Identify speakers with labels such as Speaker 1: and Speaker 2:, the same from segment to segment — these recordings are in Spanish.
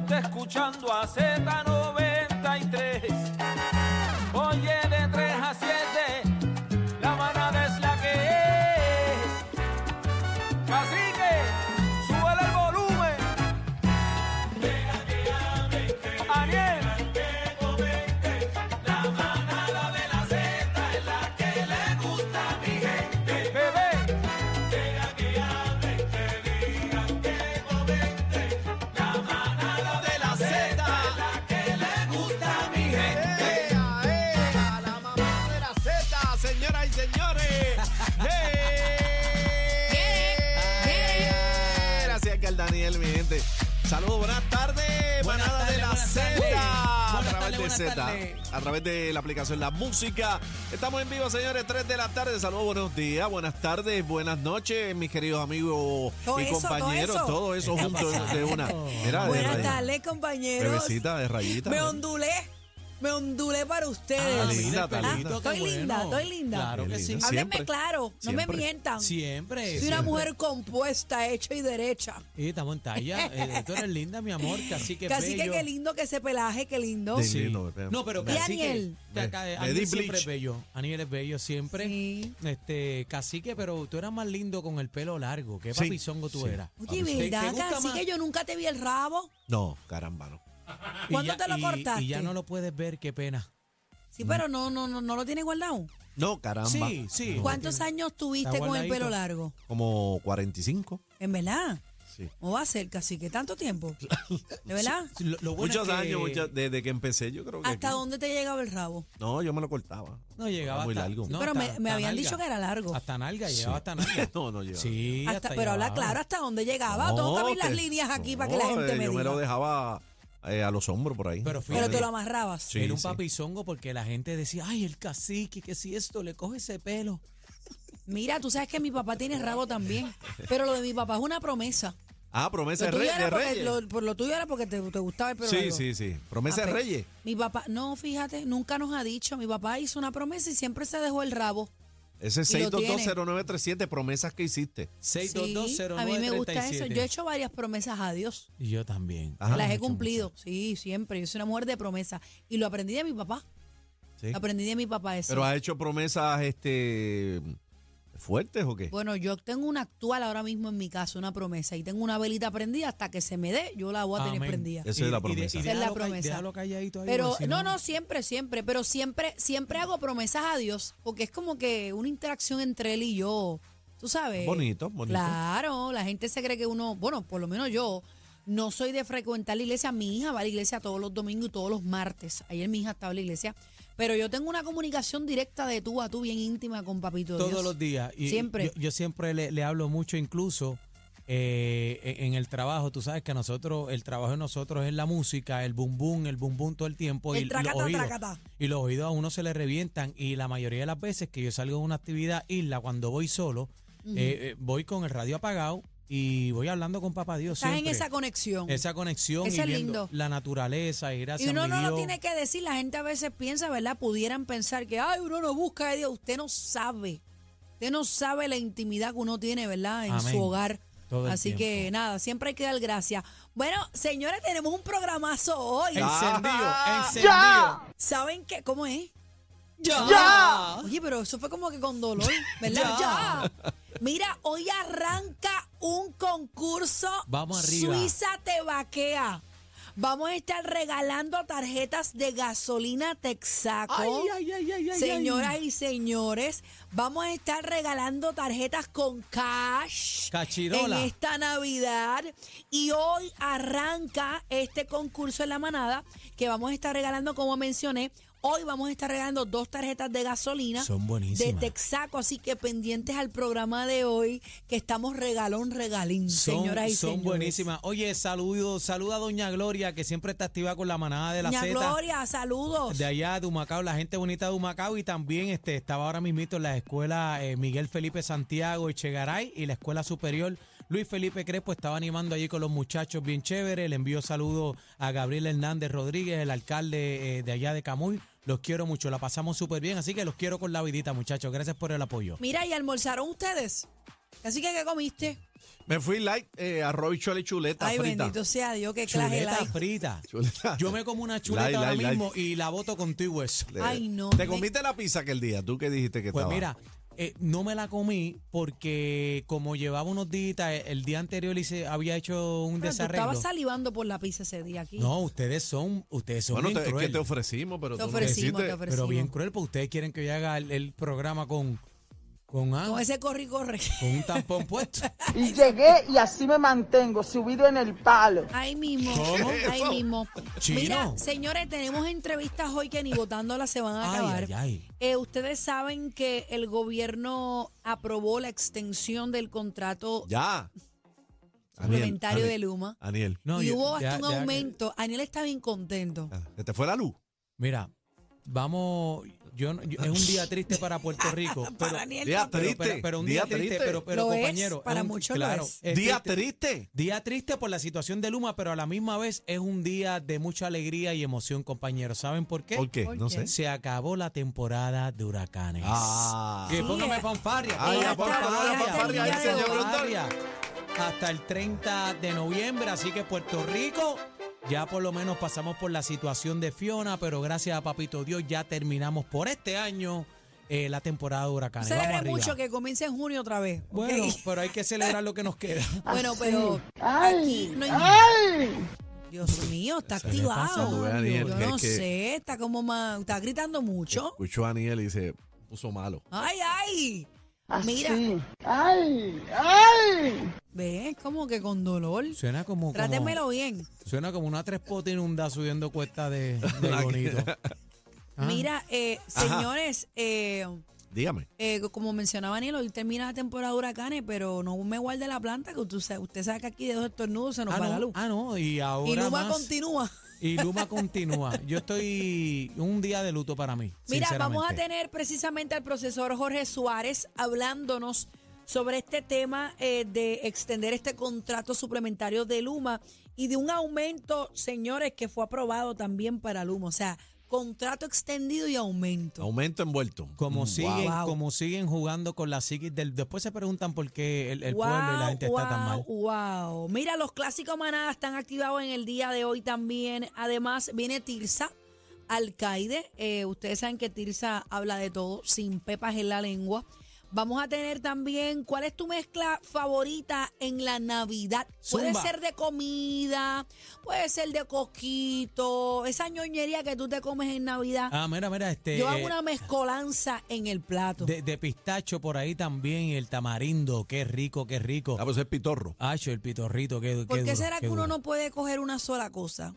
Speaker 1: está escuchando a Z93. Oye, de 3 a 7, la manada es la que es. Cacique, súbele el volumen. Aniel. Bebé.
Speaker 2: Ea, ea, la mamá de la Z, señoras y señores. Ea. Gracias, que el Daniel, mi gente. Saludos, buenas tardes,
Speaker 3: Buenas
Speaker 2: manada de
Speaker 3: tardes,
Speaker 2: la
Speaker 3: buenas
Speaker 2: Z.
Speaker 3: tardes.
Speaker 2: A
Speaker 3: Buenas
Speaker 2: través de
Speaker 3: tardes, buenas
Speaker 2: Z,
Speaker 3: tardes.
Speaker 2: a través de la aplicación La Música. Estamos en vivo, señores, 3 de la tarde. Saludos, buenos días, buenas tardes, buenas noches, mis queridos amigos
Speaker 4: Todo
Speaker 2: y
Speaker 4: eso, todo
Speaker 2: compañeros.
Speaker 4: eso.
Speaker 2: Todo eso, junto de una. Mira, de
Speaker 4: Buenas
Speaker 2: rayi-
Speaker 4: tardes, compañeros.
Speaker 2: Bebecita de rayita.
Speaker 4: Me
Speaker 2: ¿no?
Speaker 4: ondulé. Me ondulé para ustedes.
Speaker 2: Ah, linda, está
Speaker 4: Ah,
Speaker 2: linda.
Speaker 4: Estoy
Speaker 3: Qué bueno.
Speaker 4: linda, estoy linda.
Speaker 3: Claro que
Speaker 2: Qué
Speaker 3: sí.
Speaker 2: linda.
Speaker 4: Háblenme
Speaker 2: Siempre.
Speaker 4: claro, no
Speaker 2: Siempre.
Speaker 4: me mientan.
Speaker 3: Siempre.
Speaker 4: Soy una mujer compuesta, hecha y derecha.
Speaker 3: Eh, estamos en talla. Eh, tú eres linda, mi amor. Casi que
Speaker 4: Casi que
Speaker 3: bello.
Speaker 4: qué lindo que ese pelaje, qué lindo.
Speaker 2: Sí. lindo, bebé.
Speaker 3: No, pero
Speaker 4: ¿Y
Speaker 3: casi que.
Speaker 4: Aniel?
Speaker 3: que acá-
Speaker 2: Le- le di
Speaker 3: Aniel siempre
Speaker 2: bleach.
Speaker 3: es bello. Aniel es bello siempre.
Speaker 4: Sí.
Speaker 3: Este, casi que, pero tú eras más lindo con el pelo largo. Qué
Speaker 2: Sí,
Speaker 3: papizongo tú
Speaker 2: sí.
Speaker 3: eras.
Speaker 4: Oye,
Speaker 3: ¿Te- te
Speaker 4: ¿verdad?
Speaker 3: gusta
Speaker 4: Casi
Speaker 3: más?
Speaker 4: que yo nunca te vi el rabo.
Speaker 2: No, caramba, no.
Speaker 3: Y
Speaker 4: ¿Cuándo
Speaker 3: ya-
Speaker 4: te lo
Speaker 3: y-
Speaker 4: cortaste?
Speaker 3: Y ya no lo puedes ver, qué pena.
Speaker 4: Sí, pero no, no, no, no lo tiene guardado.
Speaker 2: No, caramba.
Speaker 3: Sí, sí.
Speaker 4: ¿Cuántos
Speaker 3: tiene-
Speaker 4: años tuviste
Speaker 3: Está
Speaker 4: con el
Speaker 3: guardadito.
Speaker 4: pelo largo?
Speaker 2: Como 45.
Speaker 4: ¿En verdad?
Speaker 2: Sí.
Speaker 4: ¿O va a ser casi que tanto tiempo? ¿De verdad?
Speaker 3: Lo, lo bueno
Speaker 2: muchos
Speaker 3: es que
Speaker 2: años, mucha- desde que empecé, yo creo que.
Speaker 4: ¿Hasta
Speaker 2: aquí.
Speaker 4: dónde te llegaba el rabo?
Speaker 2: No, yo me lo cortaba.
Speaker 3: No llegaba
Speaker 2: Era muy
Speaker 3: hasta,
Speaker 2: largo.
Speaker 3: no,
Speaker 4: Pero me- me habían
Speaker 3: nalga.
Speaker 4: dicho que era largo.
Speaker 3: Hasta nalga, llegaba hasta nalga.
Speaker 2: No, no llegaba.
Speaker 3: Sí,
Speaker 4: Hasta-
Speaker 3: hasta
Speaker 4: pero habla
Speaker 3: llegaba.
Speaker 4: claro hasta dónde llegaba.
Speaker 2: No,
Speaker 4: Tengo que abrir las
Speaker 2: te-
Speaker 4: líneas aquí para que la
Speaker 2: no,
Speaker 4: gente
Speaker 2: eh,
Speaker 4: me
Speaker 2: Yo me lo
Speaker 4: diga.
Speaker 2: dejaba eh, a los hombros por ahí.
Speaker 3: Pero fíjate.
Speaker 4: Pero te lo amarrabas.
Speaker 2: Sí,
Speaker 3: era un
Speaker 2: sí.
Speaker 3: papizongo porque la gente decía, ay, el cacique, que si esto le coge ese pelo.
Speaker 4: Mira, tú sabes que mi papá tiene rabo también. Pero lo de mi papá es una promesa.
Speaker 2: Ah, promesa de,
Speaker 4: Lo tuyo
Speaker 2: Rey-
Speaker 4: era
Speaker 2: de
Speaker 4: porque-
Speaker 2: Reyes.
Speaker 4: lo- por lo tuyo era porque te, te gustaba el pelo
Speaker 2: sí,
Speaker 4: largo.
Speaker 2: sí, sí. Promesa
Speaker 4: Ah,
Speaker 2: de
Speaker 4: pe-
Speaker 2: Reyes.
Speaker 4: Mi papá, no, fíjate, nunca nos ha dicho. Mi papá hizo una promesa y siempre se dejó el rabo.
Speaker 2: Ese es
Speaker 4: Y lo tiene.
Speaker 2: 6220937, promesas que hiciste.
Speaker 4: Sí, a mí me gusta eso.
Speaker 3: 6220937.
Speaker 4: Yo he hecho varias promesas a Dios.
Speaker 3: Y yo también.
Speaker 2: Ajá.
Speaker 4: las he
Speaker 3: hecho
Speaker 4: cumplido. Sí, siempre. Yo soy una mujer de promesa. Y lo aprendí de mi papá.
Speaker 2: Sí.
Speaker 4: Aprendí de mi papá eso.
Speaker 2: Pero has hecho promesas este fuertes o qué?
Speaker 4: Bueno, yo tengo una actual ahora mismo en mi casa, una promesa, y tengo una velita prendida hasta que se me dé, yo la voy a tener
Speaker 3: Amén.
Speaker 4: prendida.
Speaker 2: Esa es la promesa.
Speaker 3: y
Speaker 4: Esa es la
Speaker 3: déjalo ca-
Speaker 4: promesa.
Speaker 3: déjalo calladito ahí,
Speaker 4: Pero
Speaker 3: porque si
Speaker 4: no, no, siempre, siempre, pero siempre, siempre hago promesas a Dios, porque es como que una interacción entre él y yo, tú sabes.
Speaker 2: Bonito, bonito.
Speaker 4: Claro, la gente se cree que uno, bueno, por lo menos yo, no soy de frecuentar la iglesia. Mi hija va a la iglesia todos los domingos y todos los martes. Ayer mi hija estaba en la iglesia. Pero yo tengo una comunicación directa de tú a tú, bien íntima con Papito
Speaker 3: Todos
Speaker 4: Dios.
Speaker 3: los días. Y
Speaker 4: Siempre.
Speaker 3: Yo, yo siempre le, le hablo mucho, incluso eh, en en el trabajo. Tú sabes que nosotros, el trabajo de nosotros es la música, el bum bum, el bum bum todo el tiempo.
Speaker 4: El
Speaker 3: y,
Speaker 4: tracata,
Speaker 3: los oídos,
Speaker 4: tracata.
Speaker 3: y los oídos a uno se le revientan. Y la mayoría de las veces que yo salgo de una actividad isla, cuando voy solo, eh, eh, voy con el radio apagado y voy hablando con Papá Dios.
Speaker 4: Estás en
Speaker 3: siempre.
Speaker 4: esa conexión.
Speaker 3: Esa conexión
Speaker 4: Eso
Speaker 3: y
Speaker 4: es
Speaker 3: viendo
Speaker 4: lindo.
Speaker 3: la naturaleza y gracias
Speaker 4: Y uno
Speaker 3: a mi
Speaker 4: no lo
Speaker 3: Dios.
Speaker 4: tiene que decir, la gente a veces piensa, ¿verdad? Pudieran pensar que, ay, uno no busca a Dios, usted no sabe. Usted no sabe la intimidad que uno tiene, ¿verdad? En
Speaker 3: Amén.
Speaker 4: su hogar.
Speaker 3: Todo el
Speaker 4: Así que
Speaker 3: tiempo.
Speaker 4: nada, siempre hay que dar gracias. Bueno, señores, tenemos un programazo hoy.
Speaker 3: Encendido,
Speaker 4: Ah.
Speaker 3: encendido.
Speaker 4: ¿Saben qué? ¿Cómo es?
Speaker 3: ¡Ya!
Speaker 4: Oye, pero eso fue como que con dolor, ¿verdad?
Speaker 3: Ya.
Speaker 4: ya. Mira, hoy arranca un concurso.
Speaker 3: Vamos arriba.
Speaker 4: Suiza te vaquea. Vamos a estar regalando tarjetas de gasolina Texaco.
Speaker 3: Ay, ay, ay, ay, ay,
Speaker 4: Señoras y señores, vamos a estar regalando tarjetas con cash
Speaker 3: Cachirola.
Speaker 4: en esta Navidad. Y hoy arranca este concurso en la manada que vamos a estar regalando, como mencioné. Hoy vamos a estar regalando dos tarjetas de gasolina
Speaker 3: Son buenísimas.
Speaker 4: de Texaco, así que pendientes al programa de hoy que estamos regalón regalín,
Speaker 3: Son,
Speaker 4: señoras y
Speaker 3: son
Speaker 4: señores.
Speaker 3: buenísimas. Oye, saludo, saluda a Doña Gloria, que siempre está activa con la manada de la
Speaker 4: Doña
Speaker 3: Z.
Speaker 4: Gloria, saludos.
Speaker 3: De allá de Humacao, la gente bonita de Humacao. Y también este, estaba ahora mismito en la escuela eh, Miguel Felipe Santiago Echegaray y la escuela superior Luis Felipe Crespo. Estaba animando allí con los muchachos bien chévere. Le envío saludos a Gabriel Hernández Rodríguez, el alcalde eh, de allá de Camuy. Los quiero mucho, la pasamos súper bien. Así que los quiero con la vidita, muchachos. Gracias por el apoyo.
Speaker 4: Mira, ¿y almorzaron ustedes? Así que, ¿qué comiste?
Speaker 2: Me fui light eh, arroz y chole chuleta
Speaker 4: Ay,
Speaker 2: frita.
Speaker 4: bendito sea Dios, que clase
Speaker 3: Chuleta
Speaker 4: like.
Speaker 3: frita.
Speaker 2: Chuleta.
Speaker 3: Yo me como una chuleta
Speaker 2: Light,
Speaker 3: ahora
Speaker 2: light,
Speaker 3: mismo y la boto con tu y hueso.
Speaker 2: Le-
Speaker 4: Ay, no,
Speaker 2: ¿Te
Speaker 4: me-
Speaker 2: comiste la pizza aquel día? ¿Tú qué dijiste que
Speaker 3: Pues
Speaker 2: estaba?
Speaker 3: mira, eh, no me la comí porque como llevaba unos días, eh, el día anterior hice, había hecho un
Speaker 4: Bueno, tú
Speaker 3: desarreglo.
Speaker 4: estabas salivando por la pizza ese día aquí.
Speaker 3: No, ustedes son, ustedes son
Speaker 2: Bueno,
Speaker 3: bien
Speaker 2: te, es que
Speaker 3: cruel.
Speaker 2: te ofrecimos, pero
Speaker 4: Te
Speaker 2: tú no
Speaker 4: ofrecimos,
Speaker 2: quisiste.
Speaker 4: te ofrecimos.
Speaker 3: pero bien cruel, pues ustedes quieren que yo haga el, el programa con con, ah,
Speaker 4: Con ese corre y corre.
Speaker 3: con un tampón puesto.
Speaker 5: Y llegué y así me mantengo, subido en el palo.
Speaker 4: Ahí mismo.
Speaker 3: ¿Cómo?
Speaker 4: Ahí mismo.
Speaker 3: Chino.
Speaker 4: Mira, señores, tenemos entrevistas hoy que ni votándolas se van a
Speaker 3: Ay,
Speaker 4: acabar.
Speaker 3: ay, ay.
Speaker 4: Eh, ustedes saben que el gobierno aprobó la extensión del contrato
Speaker 2: Ya.
Speaker 4: suplementario
Speaker 2: Aniel,
Speaker 4: de Luma.
Speaker 2: Aniel,
Speaker 3: No,
Speaker 4: y
Speaker 3: yo-
Speaker 4: hubo hasta
Speaker 3: ya-
Speaker 4: un
Speaker 3: ya que-
Speaker 4: aumento. Aniel está bien contento.
Speaker 2: ah, se te fue la luz.
Speaker 3: Mira, vamos, yo, no- yo- es un día triste para Puerto Rico. pero,
Speaker 4: Para Aniel
Speaker 2: Día triste.
Speaker 4: también.
Speaker 3: pero, pero- pero un
Speaker 2: día
Speaker 3: día, triste,
Speaker 2: triste.
Speaker 3: pero, pero
Speaker 4: Lo es,
Speaker 3: compañero.
Speaker 4: para
Speaker 3: un-
Speaker 4: muchos lo
Speaker 3: claro,
Speaker 4: es.
Speaker 2: Día
Speaker 3: triste.
Speaker 2: triste.
Speaker 3: Día triste por la situación de Luma, pero a la misma vez es un día de mucha alegría y emoción, compañeros. ¿Saben por qué?
Speaker 2: ¿Por qué?
Speaker 4: ¿Por
Speaker 2: no
Speaker 4: qué?
Speaker 2: sé.
Speaker 3: Se acabó la temporada de huracanes.
Speaker 2: Ah.
Speaker 3: Que
Speaker 4: Sí,
Speaker 3: póngame
Speaker 4: eh.
Speaker 3: fanfarria.
Speaker 2: Ay,
Speaker 3: póngame
Speaker 2: la fanfarria,
Speaker 4: la fanfarria,
Speaker 3: póngame
Speaker 4: ahí, señor
Speaker 3: fanfarria. Hasta el 30 de noviembre, así que Puerto Rico, ya por lo menos pasamos por la situación de Fiona, pero gracias a Papito Dios ya terminamos por este año eh, la temporada de huracanes. Vamos
Speaker 4: Celebre
Speaker 3: arriba.
Speaker 4: mucho que comience en junio otra vez. ¿ok?
Speaker 3: Bueno, pero hay que celebrar lo que nos queda.
Speaker 4: Bueno, pero aquí
Speaker 5: ¡Ay!
Speaker 4: no hay-
Speaker 5: ¡Ay!
Speaker 4: Dios mío, está
Speaker 3: le pasa a
Speaker 4: activado.
Speaker 3: tu
Speaker 2: Daniel,
Speaker 4: Yo
Speaker 2: que-
Speaker 4: no
Speaker 2: que-
Speaker 4: sé, está como más, está gritando mucho.
Speaker 2: Escuchó a Aniel y se puso malo.
Speaker 4: Ay, ay.
Speaker 5: Así.
Speaker 4: Mira,
Speaker 5: ¡Ay! ¡Ay!
Speaker 4: ves como que con dolor.
Speaker 3: Suena como, como
Speaker 4: Trátemelo bien.
Speaker 3: suena como una tres potes inundada subiendo cuesta de, de bonito. Ah.
Speaker 4: Mira, eh, señores, eh,
Speaker 2: Dígame.
Speaker 4: eh, como mencionaba Daniel, hoy termina la temporada de huracanes, pero no me guarde la planta, que usted, sa- usted sabe que aquí de dos estornudos se nos
Speaker 3: Ah,
Speaker 4: va la
Speaker 3: no,
Speaker 4: luz.
Speaker 3: ah, no, y ahora
Speaker 4: y Luma
Speaker 3: más.
Speaker 4: continúa.
Speaker 3: Y Luma continúa. Yo estoy un día de luto para mí.
Speaker 4: Mira, vamos a
Speaker 3: sinceramente.
Speaker 4: tener precisamente al profesor Jorge Suárez hablándonos sobre este tema eh, de extender este contrato suplementario de Luma y de un aumento, señores, que fue aprobado también para Luma. O sea, contrato extendido y aumento.
Speaker 2: Aumento envuelto.
Speaker 3: Como
Speaker 2: Mm,
Speaker 3: siguen,
Speaker 4: Wow.
Speaker 3: como siguen jugando con la psiquis del. Después se preguntan por qué el, el
Speaker 4: Wow,
Speaker 3: pueblo y la gente está tan mal.
Speaker 4: wow, wow. Mira, los clásicos manada están activados en el día de hoy también. Además, viene Tirsa, Alcaide. Eh, ustedes saben que Tirsa habla de todo, sin pepas en la lengua. Vamos a tener también, ¿cuál es tu mezcla favorita en la Navidad? Puede
Speaker 3: Zumba.
Speaker 4: ser de comida, puede ser de coquito, esa ñoñería que tú te comes en Navidad.
Speaker 3: Ah, mira, mira, este.
Speaker 4: Yo
Speaker 3: eh,
Speaker 4: hago una mezcolanza en el plato.
Speaker 3: de, de pistacho por ahí también, el tamarindo. Qué rico, qué rico.
Speaker 2: Ah, pues es pitorro.
Speaker 3: Hacho, el pitorrito, qué, qué
Speaker 4: ¿Por qué
Speaker 3: duro,
Speaker 4: será
Speaker 3: qué
Speaker 4: que uno
Speaker 3: duro.
Speaker 4: no puede coger una sola cosa?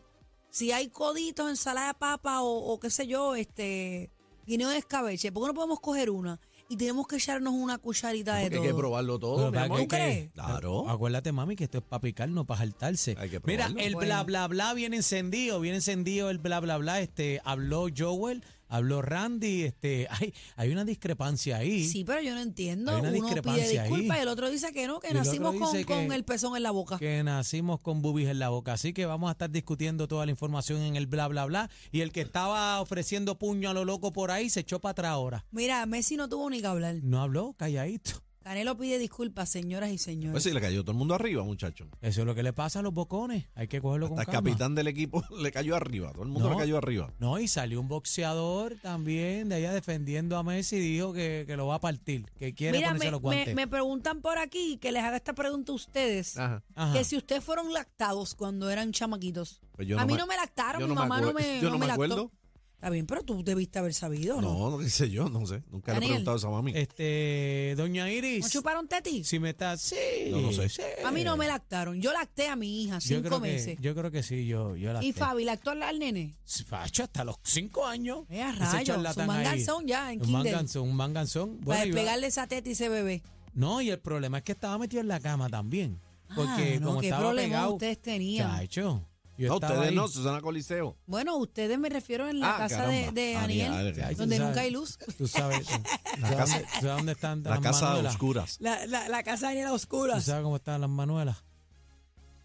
Speaker 4: Si hay coditos, ensalada de papa o, o qué sé yo, este guineo de escabeche, ¿por qué no podemos coger una? Y tenemos que echarnos una cucharita de
Speaker 2: Porque hay que
Speaker 4: todo.
Speaker 2: probarlo todo, Oh,
Speaker 3: Pero
Speaker 2: mi
Speaker 3: para
Speaker 2: amor.
Speaker 3: que-
Speaker 4: crees?
Speaker 2: Claro.
Speaker 3: Acuérdate, mami, que esto es para picar, no para saltarse.
Speaker 2: Hay que
Speaker 3: Mira,
Speaker 2: probarlo. pues.
Speaker 3: el bla,
Speaker 4: Bueno.
Speaker 3: bla, bla viene encendido, viene encendido el bla, bla, bla. Este, habló Joel, habló Randy. Este, hay, hay una discrepancia ahí.
Speaker 4: Sí, pero yo no entiendo.
Speaker 3: Hay una
Speaker 4: Uno pide
Speaker 3: discrepancia ahí.
Speaker 4: disculpas y el otro dice que no,
Speaker 3: Y
Speaker 4: que
Speaker 3: el otro
Speaker 4: nacimos con,
Speaker 3: dice
Speaker 4: con
Speaker 3: que-
Speaker 4: el pezón en la boca.
Speaker 3: Que nacimos con boobies en la boca. Así que vamos a estar discutiendo toda la información en el bla, bla, bla. Y el que estaba ofreciendo puño a lo loco por ahí se echó para atrás ahora.
Speaker 4: Mira, Messi no tuvo ni que hablar.
Speaker 3: No habló, calladito.
Speaker 4: Canelo pide disculpas, señoras y señores.
Speaker 2: Pues sí, le cayó todo el mundo arriba, muchacho.
Speaker 3: Eso es lo que le pasa a los bocones. Hay que cogerlo
Speaker 2: Hasta el
Speaker 3: con calma.
Speaker 2: capitán del equipo le cayó arriba. Todo el mundo
Speaker 3: No.
Speaker 2: le cayó arriba.
Speaker 3: No, y salió un boxeador también de allá defendiendo a Messi y dijo que, que lo va a partir, que quiere
Speaker 4: Mira,
Speaker 3: ponerse
Speaker 4: me,
Speaker 3: los
Speaker 4: me-
Speaker 3: guantes.
Speaker 4: me preguntan por aquí que les haga esta pregunta a ustedes.
Speaker 2: Ajá.
Speaker 3: Ajá.
Speaker 4: Que si ustedes fueron lactados cuando eran chamaquitos.
Speaker 2: Pues yo
Speaker 4: a
Speaker 2: no
Speaker 4: mí
Speaker 2: me-
Speaker 4: no me lactaron,
Speaker 2: yo
Speaker 4: mi
Speaker 2: no me
Speaker 4: mamá no
Speaker 2: acuer-
Speaker 4: me,
Speaker 2: yo no
Speaker 4: me
Speaker 2: me
Speaker 4: lactó.
Speaker 2: acuerdo.
Speaker 4: Está bien, pero tú debiste haber sabido, ¿no?
Speaker 2: No, no dice yo, no sé. Nunca le he
Speaker 4: Daniel.
Speaker 2: preguntado eso a mami.
Speaker 3: Este, doña Iris,
Speaker 4: ¿No chuparon teti?
Speaker 3: si me está, sí,
Speaker 2: No lo sé.
Speaker 3: sí.
Speaker 4: A mí no me lactaron. Yo lacté a mi hija
Speaker 3: yo
Speaker 4: cinco
Speaker 3: creo
Speaker 4: meses.
Speaker 3: Que, yo creo que sí, yo, yo la
Speaker 4: y Fabi lactó al al nene.
Speaker 3: Facho, hasta los cinco años.
Speaker 4: Eh, a
Speaker 3: Ese
Speaker 4: rayos,
Speaker 3: charlatán
Speaker 4: un
Speaker 3: ahí.
Speaker 4: manganzón ya, en
Speaker 3: Un
Speaker 4: kinder.
Speaker 3: manganzón, un manganzón. Bueno,
Speaker 4: para
Speaker 3: iba-
Speaker 4: despegarle esa teta y ese bebé.
Speaker 3: no, y el problema es que estaba metido en la cama también. Porque
Speaker 4: Ah, no,
Speaker 3: como
Speaker 4: qué
Speaker 3: estaba
Speaker 4: problema
Speaker 3: pegado.
Speaker 4: ustedes tenían.
Speaker 3: Chacho, yo
Speaker 2: No,
Speaker 3: estaba
Speaker 2: ustedes
Speaker 3: ahí.
Speaker 2: no, Susana Coliseo.
Speaker 4: Bueno, ustedes me refiero en la
Speaker 2: Ah,
Speaker 4: casa de,
Speaker 2: caramba.
Speaker 4: de
Speaker 2: Ariel,
Speaker 4: Aniel,
Speaker 2: Ariel,
Speaker 3: Ay, tú
Speaker 4: donde
Speaker 3: sabes,
Speaker 4: nunca hay luz.
Speaker 3: Tú sabes, tú sabes
Speaker 2: casa-
Speaker 3: dónde- tú sabes dónde están
Speaker 2: La
Speaker 3: las
Speaker 2: casa de
Speaker 3: manuelas.
Speaker 2: oscuras.
Speaker 4: La, la- la casa de Aniel a
Speaker 3: Tú
Speaker 4: oscuras.
Speaker 3: sabes cómo están las manuelas.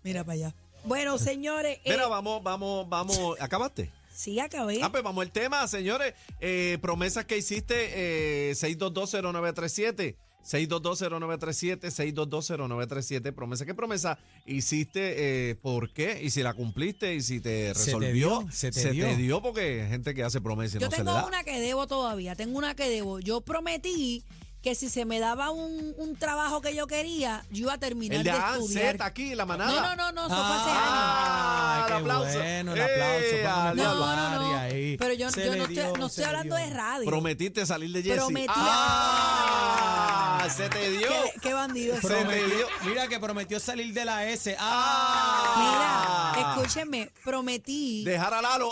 Speaker 4: Mira para allá. Bueno, señores, eh,
Speaker 2: Mira, vamos, vamos, vamos. ¿Acabaste?
Speaker 4: sí acabé.
Speaker 2: Ah, pues vamos al tema, señores. Eh, promesas que hiciste, eh, 6220937. 6220937, 6220937, promesa. ¿Qué promesa hiciste? eh, ¿Por qué? Y si la cumpliste y si te
Speaker 3: Se te
Speaker 2: resolvió,
Speaker 3: dio, se te dio.
Speaker 2: porque hay gente que hace promesas y
Speaker 4: Yo
Speaker 2: no se le
Speaker 4: tengo
Speaker 2: da.
Speaker 4: una que debo todavía, tengo una que debo. Yo prometí que si se me daba un, un trabajo que yo quería, yo iba a terminar
Speaker 2: El de
Speaker 4: de
Speaker 2: ANZ
Speaker 4: estudiar.
Speaker 2: aquí, la
Speaker 4: No,
Speaker 2: manada.
Speaker 4: no, no, no, eso fue hace años.
Speaker 2: Ah,
Speaker 3: Ay,
Speaker 2: el
Speaker 3: qué
Speaker 2: aplauso.
Speaker 3: bueno, el
Speaker 2: Eh,
Speaker 3: aplauso.
Speaker 2: al
Speaker 3: Póngame
Speaker 4: No,
Speaker 2: diablo.
Speaker 4: no, no.
Speaker 3: varias ahí.
Speaker 4: Pero yo,
Speaker 3: Se
Speaker 4: yo
Speaker 3: le
Speaker 4: no estoy,
Speaker 3: dio,
Speaker 4: no estoy
Speaker 3: se le
Speaker 4: hablando
Speaker 3: dio.
Speaker 4: de radio.
Speaker 2: Prometiste salir de Jesse.
Speaker 4: Prometí.
Speaker 2: ¡Ah! Se te dio.
Speaker 4: Qué, qué bandido.
Speaker 2: Se
Speaker 4: soy.
Speaker 2: me dio.
Speaker 3: Prometió- mira que prometió salir de la S. ¡Ah!
Speaker 4: Mira, escúcheme, prometí.
Speaker 2: Dejar a Lalo.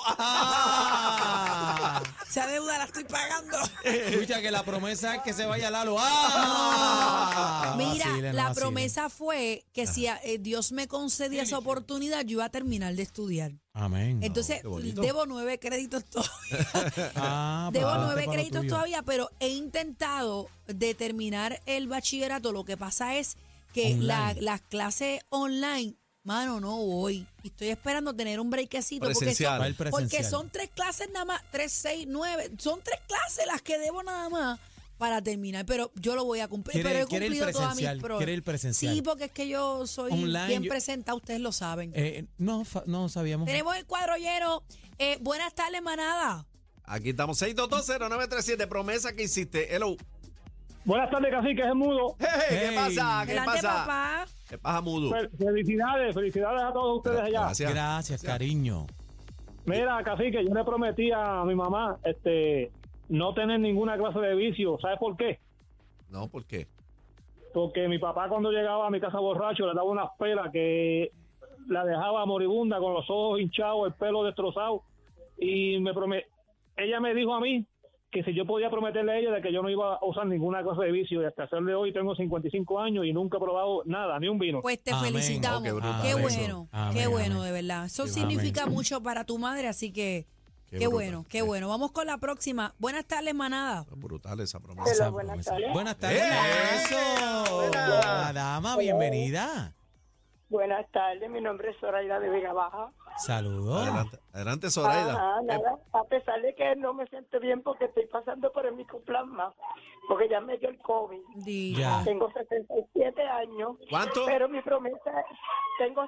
Speaker 2: ¡Ah!
Speaker 4: Esa deuda la estoy pagando.
Speaker 3: Escucha que la promesa es que se vaya Lalo. ¡Ah!
Speaker 4: Mira,
Speaker 3: Vacile, no
Speaker 4: la
Speaker 3: vacile.
Speaker 4: promesa fue que si eh, Dios me concedía esa oportunidad, yo iba a terminar de estudiar.
Speaker 3: Amén.
Speaker 4: Entonces,
Speaker 2: qué bonito.
Speaker 4: debo nueve créditos todavía.
Speaker 3: Ah,
Speaker 4: debo
Speaker 3: papá,
Speaker 4: nueve
Speaker 3: para lo
Speaker 4: créditos
Speaker 3: tuyo.
Speaker 4: todavía, pero he intentado determinar el bachillerato. Lo que pasa es que
Speaker 3: Online.
Speaker 4: la- las clases online, mano, no voy. Y Estoy esperando tener un brequecito. Porque
Speaker 2: Presencial.
Speaker 4: son,
Speaker 3: Va el presencial.
Speaker 4: porque son tres clases nada más, tres, seis, nueve. Son tres clases las que debo nada más para terminar. Pero yo lo voy a cumplir.
Speaker 3: Quiere-
Speaker 4: pero he
Speaker 3: quiere el
Speaker 4: cumplido todas mis
Speaker 3: presencial,
Speaker 4: pruebas.
Speaker 3: quiere el presencial.
Speaker 4: Sí, porque es que yo soy
Speaker 3: Online,
Speaker 4: bien
Speaker 3: yo-
Speaker 4: presentada, ustedes lo saben.
Speaker 3: Eh, no, fa- no sabíamos.
Speaker 4: Tenemos el cuadro lleno. Eh, buenas tardes, manada.
Speaker 2: Aquí estamos. 6220937, promesa que hiciste. Hello.
Speaker 6: Buenas tardes, cacique, es el mudo.
Speaker 2: Hey, ¿Qué
Speaker 3: Hey.
Speaker 2: pasa? ¿Qué
Speaker 4: Adelante,
Speaker 2: pasa?
Speaker 4: papá.
Speaker 2: ¿Qué pasa, Mudo?
Speaker 6: Fel- Felicidades, felicidades a todos ustedes allá.
Speaker 2: Gracias.
Speaker 3: Gracias, cariño.
Speaker 6: Mira, cacique, yo le prometí a mi mamá este, no tener ninguna clase de vicio. ¿Sabes por qué?
Speaker 2: No, ¿por qué?
Speaker 6: Porque mi papá cuando llegaba a mi casa borracho le daba unas pelas que la dejaba moribunda con los ojos hinchados, el pelo destrozado. Y me prome- ella me dijo a mí que si yo podía prometerle a ella de que yo no iba a usar ninguna clase de vicio y hasta hacerle hoy tengo 55 años y nunca he probado nada, ni un vino.
Speaker 4: Pues te
Speaker 3: Amén.
Speaker 4: felicitamos.
Speaker 2: Oh, qué brutal.
Speaker 4: qué
Speaker 2: Amén.
Speaker 4: bueno,
Speaker 3: Amén,
Speaker 4: qué bueno,
Speaker 3: amén.
Speaker 4: de verdad. Eso
Speaker 2: Qué brutal.
Speaker 4: significa mucho para tu madre, así que qué,
Speaker 2: brutal.
Speaker 4: bueno, qué bueno. Vamos con la próxima. Buenas tardes, manada.
Speaker 2: Brutal esa
Speaker 3: Esa
Speaker 2: promesa.
Speaker 5: buenas
Speaker 3: promesa.
Speaker 5: tardes.
Speaker 3: Buenas tardes.
Speaker 2: ¡Eh!
Speaker 3: Eso.
Speaker 2: Buenas.
Speaker 3: La dama, bienvenida.
Speaker 5: Buenas tardes, mi nombre es Zoraida de Vega Baja.
Speaker 3: Saludos.
Speaker 2: Adelante, adelante Zoraida. Eh,
Speaker 5: Ajá, nada, a pesar de que no me siento bien porque estoy pasando por el micoplasma, porque ya me dio el COVID.
Speaker 4: Di-
Speaker 3: Ya.
Speaker 5: Tengo 67 años.
Speaker 2: ¿Cuánto?
Speaker 5: Pero mi promesa es, tengo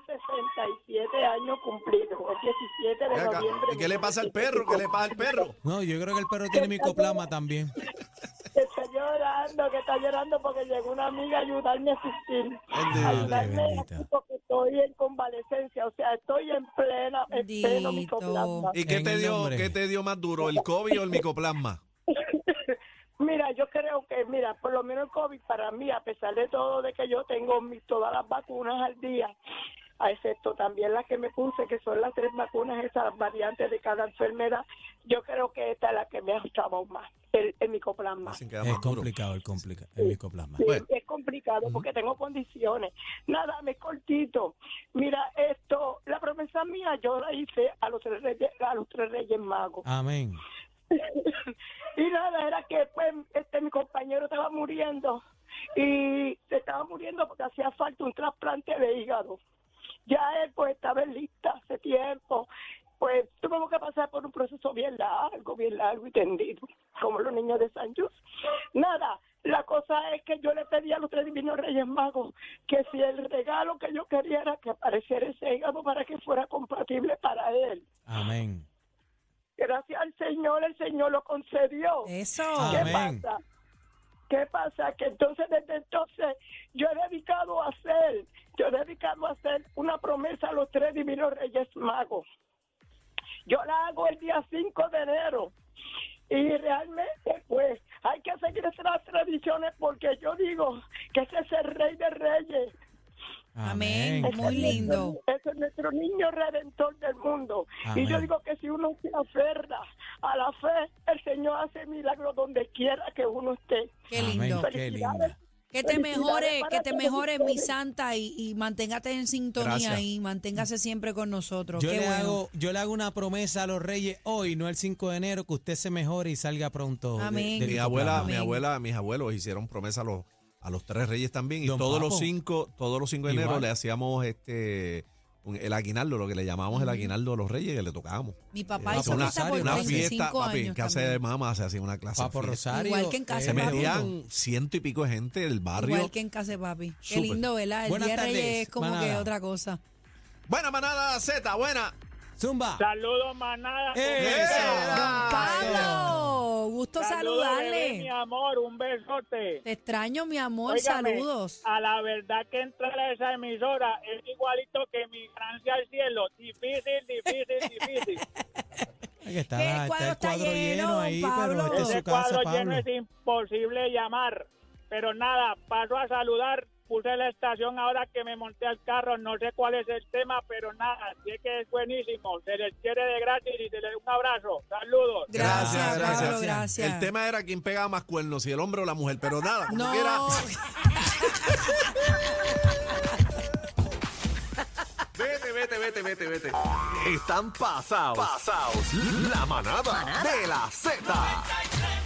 Speaker 5: 67 años cumplidos, el 17 de
Speaker 2: Ven acá.
Speaker 5: noviembre.
Speaker 2: ¿Y qué le pasa al perro? ¿Qué le pasa al perro?
Speaker 3: No, yo creo que el perro tiene micoplasma también.
Speaker 5: Que está llorando, que está llorando porque llegó una amiga a ayudarme a asistir.
Speaker 2: Ande,
Speaker 5: Ayudarme
Speaker 3: Ay, bendita.
Speaker 5: así porque estoy en convalecencia, o sea, estoy en plena, en pleno
Speaker 4: Bendito.
Speaker 5: micoplasma.
Speaker 2: ¿Y qué
Speaker 3: En
Speaker 2: te,
Speaker 3: el
Speaker 2: dio,
Speaker 3: nombre.
Speaker 2: qué te dio más duro, el COVID o el micoplasma?
Speaker 5: Mira, yo creo que, mira, por lo menos el COVID para mí, a pesar de todo, de que yo tengo mis, todas las vacunas al día, a excepto también las que me puse, que son las tres vacunas, esas variantes de cada enfermedad, yo creo que esta es la que me ha gustado más, el, el micoplasma.
Speaker 2: Dicen que da
Speaker 3: Es
Speaker 2: más duro.
Speaker 3: complicado el, complica- el micoplasma.
Speaker 5: Sí,
Speaker 2: Ah, Bueno.
Speaker 5: es complicado porque tengo condiciones. Nada, me es cortito. Mira, esto, la promesa mía yo la hice a los tres reyes, a los tres reyes magos.
Speaker 3: Amén.
Speaker 5: Y nada, era que pues, este, mi compañero estaba muriendo y se estaba muriendo porque hacía falta un trasplante de hígado. Ya él pues estaba en lista hace tiempo. Pues tuvimos que pasar por un proceso bien largo, bien largo y tendido, como los niños de San Jus. Nada, la cosa es que yo le pedí a los tres divinos reyes magos que si el regalo que yo quería era que apareciera ese hígado para que fuera compatible para él.
Speaker 3: Amén.
Speaker 5: Gracias al Señor, el Señor lo concedió.
Speaker 4: Eso.
Speaker 5: ¿Qué
Speaker 3: Amén.
Speaker 5: pasa? ¿Qué pasa? Que entonces, desde entonces, yo he dedicado a hacer, yo he dedicado a hacer una promesa a los tres divinos reyes magos. Yo la hago el día 5 de enero. Y realmente, pues, hay que seguir esas tradiciones porque yo digo que ese es el rey de reyes.
Speaker 4: Amén.
Speaker 3: Amén.
Speaker 4: Muy
Speaker 3: Oh.
Speaker 4: lindo.
Speaker 5: Ese es nuestro niño redentor del mundo. Y yo
Speaker 3: Amén.
Speaker 5: digo que si uno se aferra a la fe, el Señor hace milagros donde quiera que uno esté.
Speaker 4: Qué lindo.
Speaker 3: Amén. Qué linda.
Speaker 4: Que te
Speaker 5: Felicidades
Speaker 4: mejore,
Speaker 5: para
Speaker 4: que te
Speaker 5: todos
Speaker 4: mejore mi
Speaker 5: ustedes.
Speaker 4: santa y, y manténgate en sintonía
Speaker 2: Gracias.
Speaker 4: y manténgase siempre con nosotros.
Speaker 3: Yo
Speaker 4: Qué
Speaker 3: le,
Speaker 4: bueno.
Speaker 3: hago, yo le hago una promesa a los reyes hoy, no el 5 de enero, que usted se mejore y salga pronto. de-
Speaker 4: Amén.
Speaker 3: del
Speaker 2: Mi abuela,
Speaker 3: micoplasma.
Speaker 2: mi
Speaker 4: Amén.
Speaker 2: abuela, mis abuelos hicieron promesa a los, a los tres reyes también. Y
Speaker 3: Don
Speaker 2: todos
Speaker 3: Papo.
Speaker 2: los cinco, todos los cinco de enero
Speaker 3: Igual.
Speaker 2: le hacíamos este un- el aguinaldo, lo que le llamamos el aguinaldo a los reyes, que le tocábamos.
Speaker 4: Mi papá
Speaker 3: Era
Speaker 4: hizo
Speaker 3: por
Speaker 4: fiesta
Speaker 3: Rosario,
Speaker 4: por
Speaker 2: una
Speaker 4: 35
Speaker 2: fiesta, papi,
Speaker 4: años
Speaker 2: en casa
Speaker 4: también.
Speaker 2: de mamá se hacía una clase. de
Speaker 3: Papo
Speaker 2: fiesta.
Speaker 3: Rosario. eh,
Speaker 4: Igual que en casa
Speaker 2: Se
Speaker 4: de
Speaker 3: papi.
Speaker 2: metían ciento y pico de gente del barrio.
Speaker 4: Igual que en casa de papi. Qué
Speaker 2: Súper.
Speaker 4: lindo, ¿verdad? El
Speaker 3: Buenas
Speaker 4: Día de
Speaker 3: tardes,
Speaker 4: Reyes es como que
Speaker 3: manada.
Speaker 4: otra cosa.
Speaker 2: Buena manada Z, buena.
Speaker 3: Zumba.
Speaker 6: Saludos, manada.
Speaker 3: Eh, Eso.
Speaker 2: ¡Era!
Speaker 4: Pablo, gusto
Speaker 6: Mi
Speaker 4: saludarle.
Speaker 6: amor, un besote.
Speaker 4: Te extraño, mi amor.
Speaker 6: Óigame,
Speaker 4: Saludos.
Speaker 6: A la verdad que entrar a esa emisora es igualito que mi Francia al cielo. Difícil, difícil, difícil.
Speaker 3: Ahí está,
Speaker 4: Que el
Speaker 3: está
Speaker 4: cuadro
Speaker 3: el
Speaker 4: está
Speaker 3: cuadro lleno,
Speaker 4: lleno,
Speaker 3: ahí,
Speaker 4: Pablo.
Speaker 3: pero está en
Speaker 6: Ese
Speaker 3: su casa,
Speaker 6: cuadro lleno
Speaker 3: Pablo.
Speaker 6: es imposible llamar. Pero nada, paso a saludar. Puse la estación ahora que me monté al carro. No sé cuál es el tema, pero nada, sé que es buenísimo. Se les quiere de gratis y se les un abrazo. Saludos.
Speaker 2: Gracias,
Speaker 4: Gracias,
Speaker 2: gracias.
Speaker 4: Pablo, gracias.
Speaker 2: El tema era quién pegaba más cuernos, si el hombre o la mujer, pero nada, como
Speaker 4: no.
Speaker 2: quiera.
Speaker 7: Vete, vete, vete, vete, vete. Están pasados. Pasados. La manada, de la Z.